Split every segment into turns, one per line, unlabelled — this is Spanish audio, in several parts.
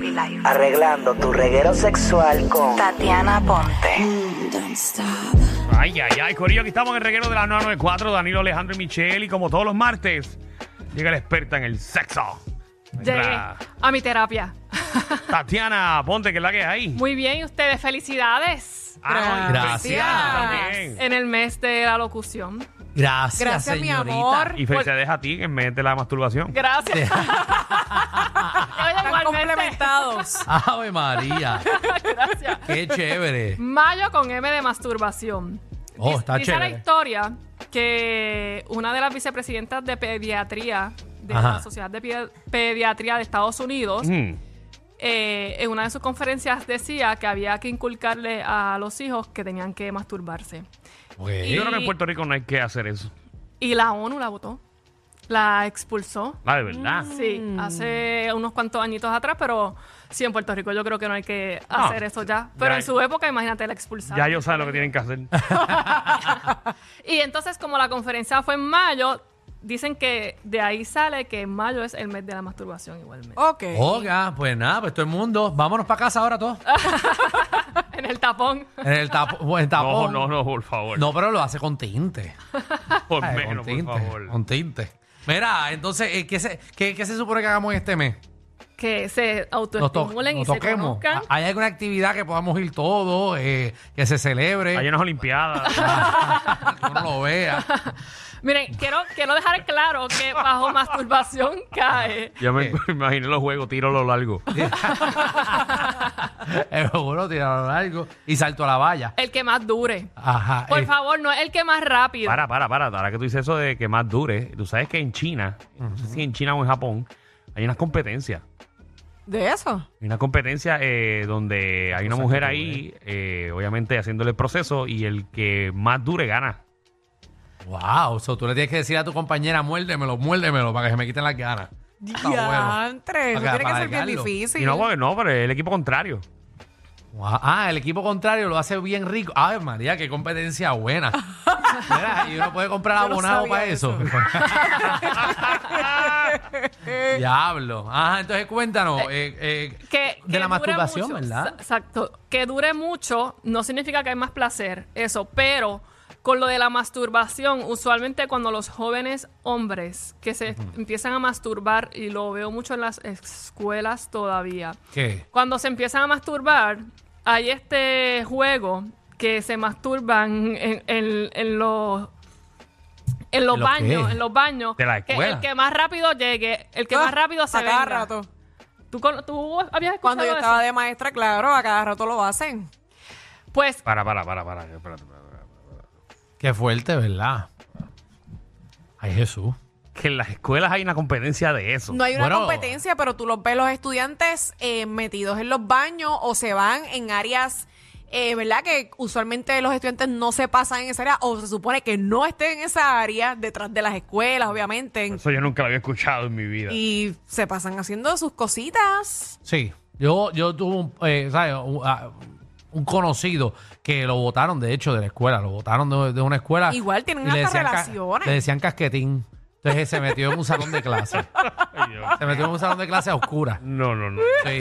Life.
Arreglando tu reguero sexual con
Tatiana Ponte.
Ay, ay, ay, Corillo, aquí estamos en el reguero de la 994, Danilo, Alejandro y Michelle, y como todos los martes, llega la experta en el sexo.
Llegué
Nuestra
a mi terapia.
Tatiana, ponte que es la que hay.
Muy bien, y ustedes, felicidades
Ah,
Gracias.
también.
en el mes de la locución.
Gracias,
Gracias, mi
señorita.
amor.
Y felicidades
Pues-
a ti en vez de la masturbación.
Gracias. Oye,
Están
igualmente.
complementados.
Ave María.
Gracias.
Qué chévere.
Mayo con M de masturbación.
Oh,
Dice-
está
dice la
chévere.
historia que una de las vicepresidentas de pediatría de
Ajá.
la Sociedad de Pie- Pediatría de Estados Unidos
Mm.
eh, en una de sus conferencias decía que había que inculcarle a los hijos que tenían que masturbarse.
Ok.
Yo creo que en Puerto Rico no hay que hacer eso.
Y la ONU la votó. La expulsó.
La de
Mm,
verdad.
Sí, hace unos cuantos añitos atrás, pero sí, en Puerto Rico yo creo que no hay que
Ah,
No,
hacer eso ya. Pero
ya-
en su época, imagínate, la expulsaron.
Ya ellos saben lo que tienen que hacer.
Y entonces, como la conferencia fue en mayo, dicen que de ahí sale que mayo es el mes de la masturbación igualmente.
Ok.
Oiga, pues nada, pues todo el mundo. Vámonos para casa ahora todos.
En el tapón.
En el tapo- en
No,
tapón.
no, no, por favor.
No, pero lo hace con tinte.
por
Ay,
menos,
con tinte.
por favor.
Con tinte. Mira, entonces, eh, ¿qué se, qué, qué se supone que hagamos este mes?
Que se
Nos, to-
autoestimulen y
nos
se
toquemos. Ah,
conozcan.
¿Hay alguna actividad que podamos ir todos, eh, que se celebre?
Hay unas olimpiadas.
Ah, que uno lo vea. ah.
Miren, quiero, quiero dejar claro que bajo masturbación cae.
Yo me imaginé los juegos, tiro a lo largo.
El juro, tirar algo y salto a la valla.
El que más dure.
Ajá.
Por
eh,
favor, no es el que más rápido.
Para, para, para. Ahora que tú dices eso de que más dure, tú sabes que en China, no sé si en China o en Japón, hay unas competencias.
¿De eso?
Hay una competencia eh, donde hay una
Cosa
mujer
que
ahí, eh, obviamente haciéndole el proceso, y el que más dure gana.
Wow, so tú le tienes que decir a tu compañera, muérdemelo, muérdemelo, para que se me quiten las ganas. Está bueno.
Diantre. Eso
Para-
tiene que
para
ser bien
alargarlo.
difícil.
Y no, porque no, pero es el equipo contrario.
Guau, Ah, el equipo contrario lo hace bien rico. Ay, María, qué competencia buena. Mira, y uno puede comprar
Yo no
abonado
sabía
para eso. Diablo. Ajá, entonces cuéntanos. eh, eh,
que,
de
que dure
la masturbación,
mucho. Sa-
¿verdad?
Exacto. Que dure mucho no significa que hay más placer, eso, pero con lo de la masturbación, usualmente cuando los jóvenes hombres que se empiezan a masturbar, y lo veo mucho en las escuelas todavía,
¿Qué?
cuando se empiezan a masturbar, hay este juego que se masturban en, en- en los... En los
¿En los
baños,
qué?
en los baños.
De la
que
escuela.
el que más rápido llegue, el que
Ah,
más rápido se
A cada
venga.
rato.
¿Tú, con- tú habías escuchado
Cuando yo
eso?
estaba de maestra, claro, a cada rato lo hacen.
Pues
Para, para, para, para. espérate, espérate, espérate.
Qué fuerte, ¿verdad? Ay, Jesús.
Que en las escuelas hay una competencia de eso.
No hay una
Bueno.
competencia, pero tú los ves los estudiantes eh, metidos en los baños o se van en áreas, eh, ¿verdad? Que usualmente los estudiantes no se pasan en esa área o se supone que no estén en esa área detrás de las escuelas, obviamente.
Eso yo nunca lo había escuchado en mi vida.
Y se pasan haciendo sus cositas.
Sí, yo, yo tuve un, eh, ¿sabes? Un, ah, un conocido que lo votaron, de hecho, de la escuela, lo votaron de, de una escuela.
Igual tienen
y le
hasta
decían ca-
relaciones.
Le decían casquetín. Entonces se metió en un salón de clase.
Ay, Dios.
Se metió en un salón de clase a oscuras.
No, no, no.
Sí.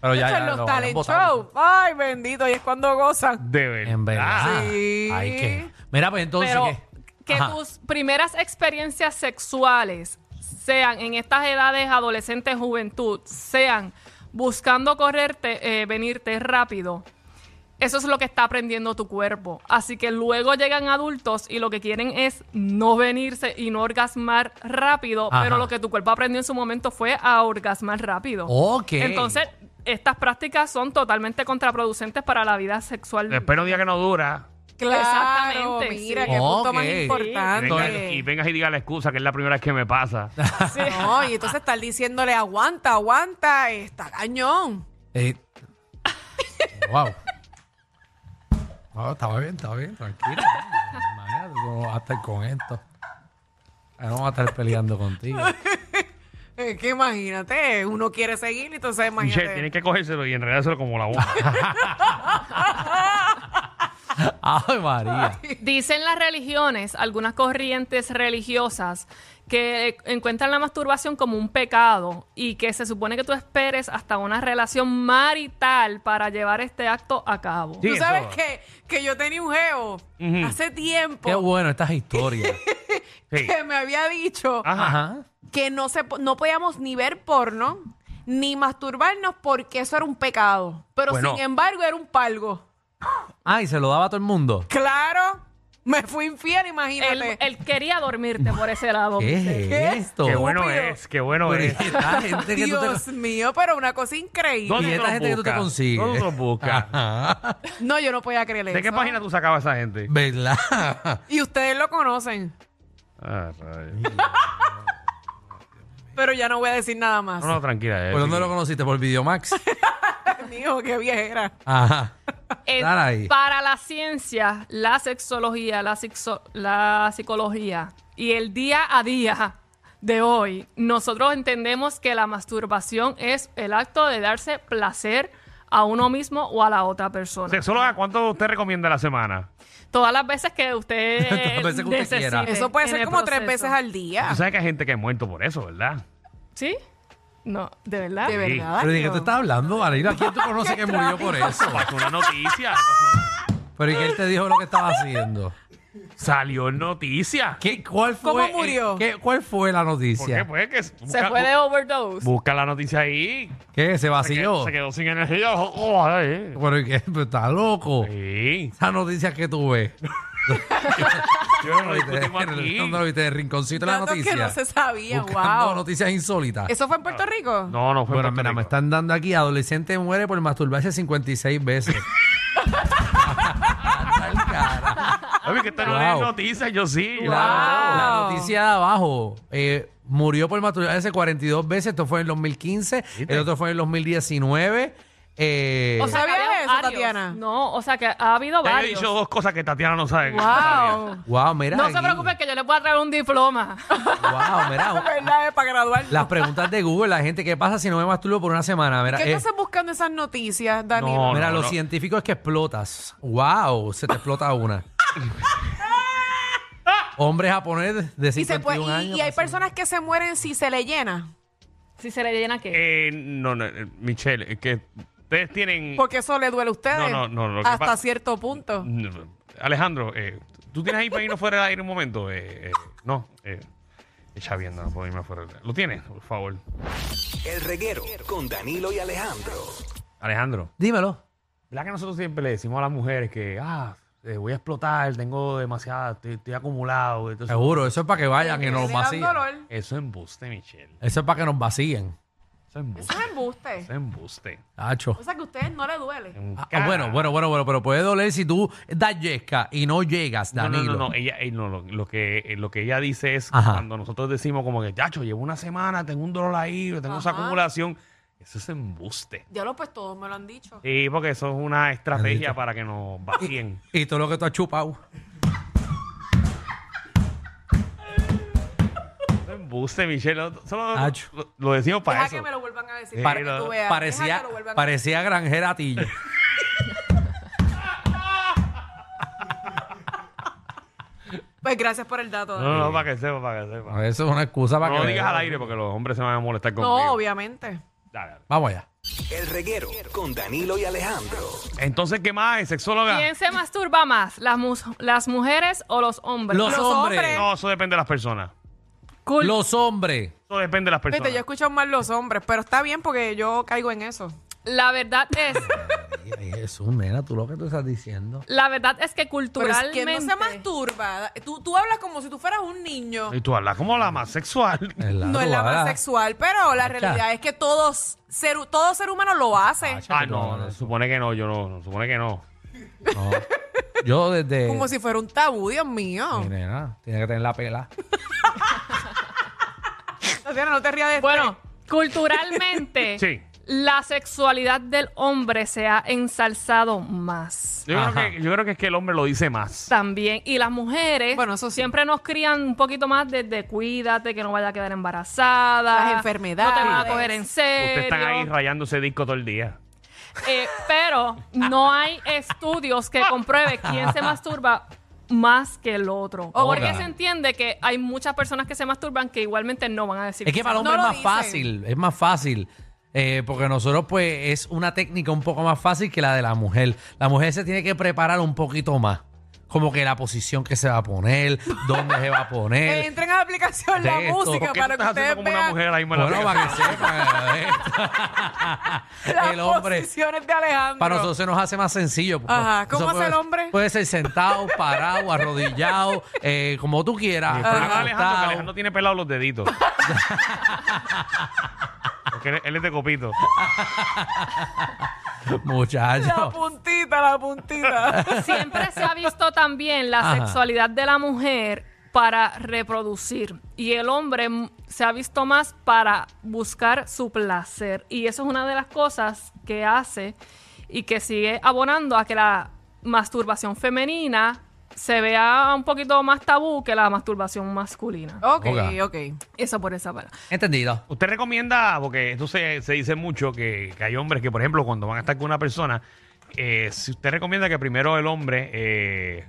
Pero ya,
Eso
ya
en los
lo habían
talent
votado.
show. Ay, bendito, y es cuando gozan.
De verdad.
En verdad.
Sí.
Ay, qué. Mira, pues entonces.
Pero
¿qué?
que
Ajá.
tus primeras experiencias sexuales sean en estas edades adolescente, juventud, sean buscando correrte, eh, venirte rápido. Eso es lo que está aprendiendo tu cuerpo. Así que luego llegan adultos y lo que quieren es no venirse y no orgasmar rápido,
Ajá.
pero lo que tu cuerpo aprendió en su momento fue a orgasmar rápido.
Ok.
Entonces, estas prácticas son totalmente contraproducentes para la vida sexual.
Espero un día que no dura.
Claro,
Exactamente,
mira,
sí.
qué punto
Ok.
más
Y venga- y
importante.
vengas y digas la excusa que es la primera vez que me pasa.
Sí.
No, y entonces estar diciéndole, aguanta, aguanta, está cañón.
Eh, wow. No, estaba bien, estaba bien, tranquilo. Imagínate, tú no vas a estar con esto. Ahora no vas a estar peleando contigo.
Es que imagínate, uno quiere seguir, entonces
Michelle, tienes
imagínate.
que cogérselo y enredárselo como la bomba.
Ay, María.
Dicen las religiones, algunas corrientes religiosas, que eh, encuentran la masturbación como un pecado y que se supone que tú esperes hasta una relación marital para llevar este acto a cabo.
Sí,
Tú sabes
eso.
que, que yo tenía un geo
Ujú.
hace tiempo
Qué bueno estas historias.
Sí.
que me había dicho
Ah.
Ajá.
Ajá.
que no, se, po- no podíamos ni ver porno ni masturbarnos porque eso era un pecado. Pero
Bueno.
sin embargo era un palgo.
Ah, y se lo daba a todo el mundo.
Claro, me fui infiel,
Él,
imagínate.
él quería dormirte por ese lado.
¿Qué es
¿Qué?
esto?
Qué bueno
Estúpido.
es, qué bueno
Pero
es.
y esta gente que tú te-
Dios mío, pero una cosa increíble.
¿Dónde
y
tú
esta
los
gente que tú te
buscas?
consigues. Ah.
¿Dónde tú los buscas?
Ajá.
No, yo no podía creer
¿De qué
eso.
página tú sacabas a esa gente?
¿Verdad?
Y ustedes lo conocen,
Ah, rayos.
pero ya no voy a decir nada más.
No, no, tranquila. eh.
¿Por dónde lo conociste? ¿Por Videomax?
Ay, mío, qué viejera.
Ajá.
Eh,
Dale ahí.
para la ciencia, la sexología, la, sexo- la psicología y el día a día de hoy, nosotros entendemos que la masturbación es el acto de darse placer a uno mismo o a la otra persona.
Sexóloga, ¿cuánto usted recomienda a la semana?
Todas las veces que usted,
Todas las veces que usted
necesite
quiera.
Eso puede
en
ser
el
como tres
proceso.
veces al día.
Tú sabes que hay gente que ha muerto por eso, ¿verdad?
¿Sí? No, ¿de verdad?
De verdad.
Pero ¿de qué
Danilo?
tú estás hablando, Valeria? ¿Quién tú conoces que murió por eso?
Pasó una noticia.
Pero ¿y qué él te dijo lo que estaba haciendo?
Salió en noticia.
¿Qué, ¿Cuál fue?
¿Cómo murió?
¿Qué- ¿Cuál fue la
¿Por qué?
noticia?
Pues que busca,
Se fue de overdose.
busca la noticia ahí.
¿Qué? ¿Se
Se,
vació?
quedó, se quedó sin energía. Oh, ay.
¿Pero qué? Pero está loco.
Sí.
Esas noticias que tú ves.
Yo no lo
¿Dónde
discutimos aquí.
lo viste? ¿El rinconcito de la
Datos
noticia?
que no se sabía,
Buscando
wow.
noticias insólitas.
¿Eso fue en Puerto Rico?
No, no fue
Bueno,
en Puerto
mira,
Rico.
me están dando aquí. Adolescente muere por masturbarse 56 veces. Anda el cara.
Oye, que esta no
Wow.
es noticia, yo sí.
La, la noticia de abajo. eh, murió por masturbarse 42 veces. Esto fue en el 2015. El otro fue en el 2019. eh,
O sea,
que ha
¿Sabía
habido
eso,
varios.
Tatiana?
No, o sea que ha habido
Ya yo he
varios.
dicho dos cosas que Tatiana no sabe. que sabía.
Wow.
wow, mira.
No se
aquí.
preocupe que yo le puedo traer un diploma.
Wow, mira.
¿Verdad? Es para graduar.
Las preguntas de Google, la gente, ¿qué pasa si no me masturbo por una semana? Mira,
¿Qué
eh,
tú haces buscando esas noticias, Danilo?
No,
Mira, lo
no.
científico es que explotas. ¡Wow! Se te explota una. Hombre japonés de
y, se
51
puede- y-
años.
y hay personas que se mueren si se le llena.
Si se le llena qué.
Eh, no, no, eh, Michelle, es que ustedes tienen.
Porque eso le duele a ustedes.
No, no, no, lo que
hasta
pasa-
cierto punto.
Alejandro, eh, ¿tú tienes ahí para irnos fuera del aire un momento? Eh, eh, no, eh, Xavier, no puedo irme fuera del aire. ¿Lo tienes, por favor?
El reguero con Danilo y Alejandro.
Alejandro,
Dímelo.
¿verdad que nosotros siempre le decimos a las mujeres que, ah, eh, voy a explotar, tengo demasiada, estoy, estoy acumulado? entonces-
Seguro, eso es para que vayan y
Le
nos
dan
vacíen.
dolor.
Eso es embuste, Michelle.
Eso es para que nos vacíen.
Eso es embuste.
Eso es embuste.
Eso es embuste.
Tacho.
O sea que a ustedes no le duele.
En
Ah,
cara.
bueno, bueno, bueno, bueno, pero puede doler si tú das yesca y no llegas,
No,
Danilo.
No, no, no, ella, eh, no, lo, lo que, eh, lo que ella dice es
Ajá.
cuando nosotros decimos como que, chacho, llevo una semana, tengo un dolor ahí, tengo esa
Ajá.
acumulación. Eso es embuste.
Ya lo pues todos me lo han dicho.
Sí, porque eso es una estrategia
Bendito.
para que nos vacíen.
Y todo lo que tú has chupado.
No embuste, Michelle. no- Solo lo,
Acho.
lo- lo decimos para
Deja
eso.
que me lo vuelvan a decir.
Sí,
para que
lo-
tú veas. Deja
parecía,
que lo vuelvan a-
parecía granjera a ti.
Pues gracias por el dato. Dani.
No, no, para que sepa, para que sepa.
Eso es una excusa para
No
que.
lo digas
veas.
al aire porque los hombres se van a molestar
No,
conmigo.
obviamente.
Dale, dale.
Vamos allá.
El reguero con Danilo y Alejandro.
Entonces, ¿qué más? ¿Sexóloga?
¿Quién se masturba más, las, mus- las mujeres o los hombres?
Los,
Los
hombres.
hombres.
No, eso depende de las personas.
Cool.
Los hombres.
Eso depende de las
Fíjate,
personas.
yo escucho más los hombres, pero está bien porque yo caigo en eso.
La verdad es,
Ay, Jesús, nena, tú lo que tú estás diciendo.
la verdad es que
Pero es
culturalmente
que no se masturba. Tú, tú hablas como si tú fueras un niño.
Y tú hablas como la más sexual.
No es la más sexual, pero la
Cacha.
realidad es que todos ser, todo ser humano lo hace.
Cacha.
ah, no, no, supone que no, yo no, no, supone que no.
No. Yo desde.
Como si fuera un tabú, Dios mío.
Mi nena, tiene que tener la pela.
Tatiana, no te rías de este.
Bueno, culturalmente,
Sí.
la sexualidad del hombre se ha ensalzado más.
Yo
Ajá.
creo, que, yo creo que es que el hombre lo dice más.
También, y las mujeres
este. Bueno, eso sí.
siempre nos crían un poquito más desde cuídate, que no vaya a quedar embarazada,
Las enfermedades.
no te van a coger en serio.
Ustedes están ahí rayando ese disco todo el día.
Eh, pero no hay estudios que compruebe quién se masturba más que el otro. O
Oh,
porque
claro.
se entiende que hay muchas personas que se masturban que igualmente no van a decir
Es que para el
No
hombre es
lo
más
dicen.
fácil, es más fácil. eh, porque nosotros, pues, es una técnica un poco más fácil que la de la mujer. La mujer se tiene que preparar un poquito más. Como que la posición que se va a poner, dónde se va a poner.
Entren a la aplicación
de
la
esto,
música
¿Por qué tú
para que
estás haciendo
ustedes
como una
vean
mujer ahí me la
Bueno, para que sepan. eh,
las
el hombre.
posiciones de Alejandro.
Para nosotros se nos hace más sencillo. pues,
Ajá, ¿cómo
Eso
hace el hombre?
Puede ser sentado, parado, arrodillado, eh, como tú quieras.
Ajá. Alejandro, que
acostado.
Alejandro tiene pelados los deditos. Porque él, él es de copito.
La
Muchacho.
puntita, la puntita.
Siempre se ha visto también la
Ajá.
sexualidad de la mujer para reproducir y el hombre mm, se ha visto más para buscar su placer y eso es una de las cosas que hace y que sigue abonando a que la masturbación femenina se vea un poquito más tabú que la masturbación masculina.
ok,
Oiga.
ok.
Eso por esa palabra.
Entendido.
Usted recomienda, porque esto se, se dice mucho, que, que hay hombres que, por ejemplo, cuando van a estar con una persona, eh, si usted recomienda que primero el hombre... eh,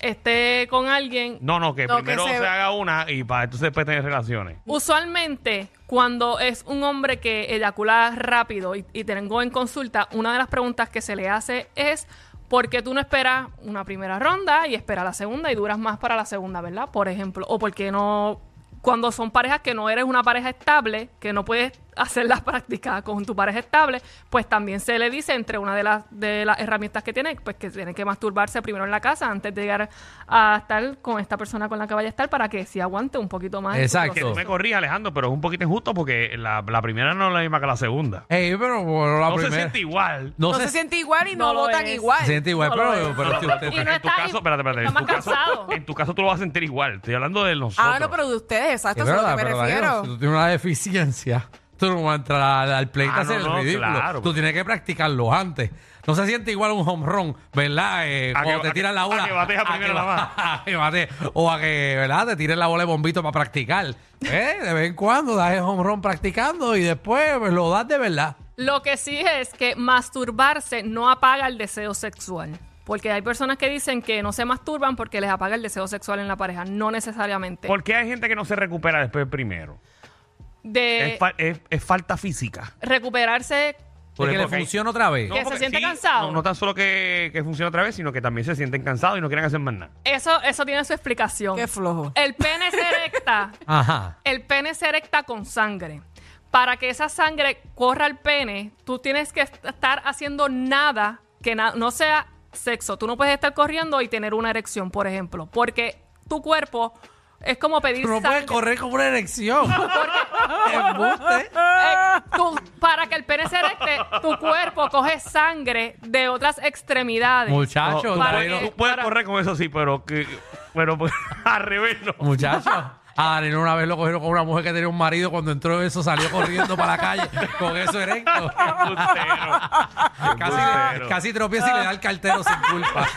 Esté Este, con alguien
no, no, que
No, que
primero
se-
se... haga una y para entonces después tener relaciones.
Usualmente, cuando es un hombre que eyacula rápido y, y tengo en consulta, una de las preguntas que se le hace es: ¿por qué tú no esperas una primera ronda y esperas la segunda y duras más para la segunda, verdad? Por ejemplo, o por qué no. Cuando son parejas que no eres una pareja estable, que no puedes hacer las prácticas con tu pareja estable, pues también se le dice entre una de las, de las herramientas que tiene, pues que tiene que masturbarse primero en la casa antes de llegar a estar con esta persona con la que vaya a estar para que sí aguante un poquito más. en su
Exacto.
Que
proceso.
tú me corrijas, Alejandro, pero es un poquito injusto porque la, la primera no es la misma que la segunda.
Ey, pero bueno, la
no
primera.
se siente igual.
no,
No,
se,
se, siente igual y no,
No lo
votan
es.
igual.
se siente igual,
No lo
pero,
es.
pero es que
No,
usted-
Y no
en tu
está-
caso, espérate, espérate.
está
en tu
más
caso-
cansado.
en tu caso tú lo vas a sentir igual. Estoy hablando de nosotros.
Ah, no, pero de ustedes, exacto,
Es
eso es a lo
verdad,
que me
pero, Danilo,
refiero.
si tú tienes una deficiencia, tú no vas a entrar al, al pleito
Ah,
a hacer
no, no,
el ridículo.
claro.
Tú tienes que practicarlo antes. No se siente igual un home run, ¿verdad? Eh,
A
cuando
que-
te
a que-
tiran la
a
bola.
que batea
que
primero
ba-
la mano.
a que bate- o a que, ¿verdad? Te tiren la bola de bombito para practicar. Eh, De vez en cuando das el home run practicando y después pues, lo das de verdad.
Lo que sí es que masturbarse no apaga el deseo sexual. Porque hay personas que dicen que no se masturban porque les apaga el deseo sexual en la pareja. No necesariamente.
¿Por qué hay gente que no se recupera después del primero?
de Eh,
es, fa- es- es falta física.
recuperarse.
Porque que le
porque-
funciona otra vez.
¿Que se
porque-
siente cansado?
No, no tan solo que, que funciona otra vez, sino que también se sienten cansados y no quieren hacer más nada.
Eso, eso tiene su explicación.
Qué flojo.
El pene se erecta.
Ajá.
el pene se erecta con sangre. Para que esa sangre corra al pene, tú tienes que est- estar haciendo nada que na- no sea sexo. Tú no puedes estar corriendo y tener una erección, por ejemplo, porque tu cuerpo es como pedir
Tú no
sangre.
puedes correr como una erección. Embuste.
Eh, tú- para que el pene se erecte, tu cuerpo coge sangre de otras extremidades.
Muchacho,
No, tú,
para
puedes,
que-
tú puedes
Pues, eh, para-
correr con eso sí, pero que, pero pues, al revés no.
Muchachos, a Danilo una vez lo cogieron con una mujer que tenía un marido. Cuando entró eso, salió corriendo para la calle con eso erecto.
Embustero.
Ah, Casi,
Embustero.
casi tropieza y le da el cartero sin culpa.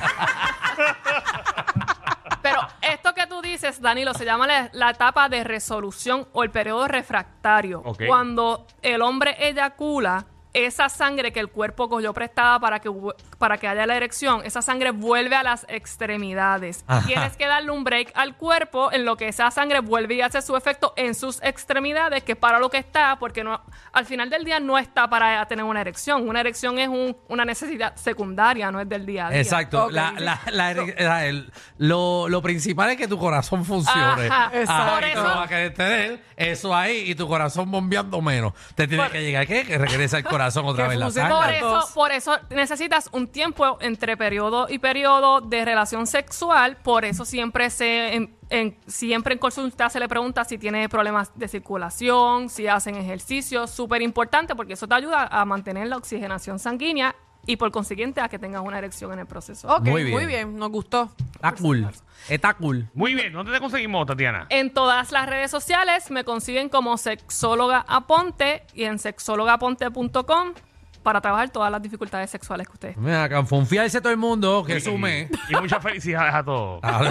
Pero esto que tú dices, Danilo, se llama la, la etapa de resolución o el periodo refractario.
Ok.
Cuando el hombre eyacula, esa sangre que el cuerpo cogió prestada para que, hu- para que haya la erección, esa sangre vuelve a las extremidades.
Ajá.
Tienes que darle un break al cuerpo en lo que esa sangre vuelve y hace su efecto en sus extremidades, que es para lo que está, porque no, al final del día no está para tener una erección. Una erección es un- una necesidad secundaria, no es del día a día.
Exacto.
Ok.
La- la- la- la- el- lo, lo principal es que tu corazón funcione.
Ajá,
Ah,
exacto.
y tú
Por
no
eso-
vas a querer tener eso ahí y tu corazón bombeando menos. Te tiene que llegar ¿qué? que regresa el corazón otra
Que
vez la
funcione.
sangre.
Por
Las
eso,
dos.
por eso necesitas un tiempo entre periodo y periodo de relación sexual. Por eso siempre se en, en- siempre en consulta se le pregunta si tiene problemas de circulación, si hacen ejercicio. Súper importante porque eso te ayuda a mantener la oxigenación sanguínea y por consiguiente a que tengas una erección en el proceso.
Ok,
Muy
muy
bien.
bien. nos gustó.
Está cool. Está cool.
Muy bien, ¿dónde te conseguimos, Tatiana?
En todas las redes sociales me consiguen como sexóloga aponte y en sexólogaaponte.com para trabajar todas las dificultades sexuales que ustedes
Mira, acá, confiarse todo el mundo que
Y-
sume.
Y, muchas felicidades a todos.
Claro.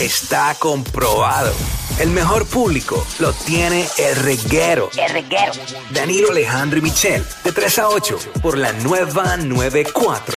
Está comprobado. El mejor público lo tiene el reguero.
El reguero.
Danilo Alejandro y Michel, de 3 a 8, por la nueva 94.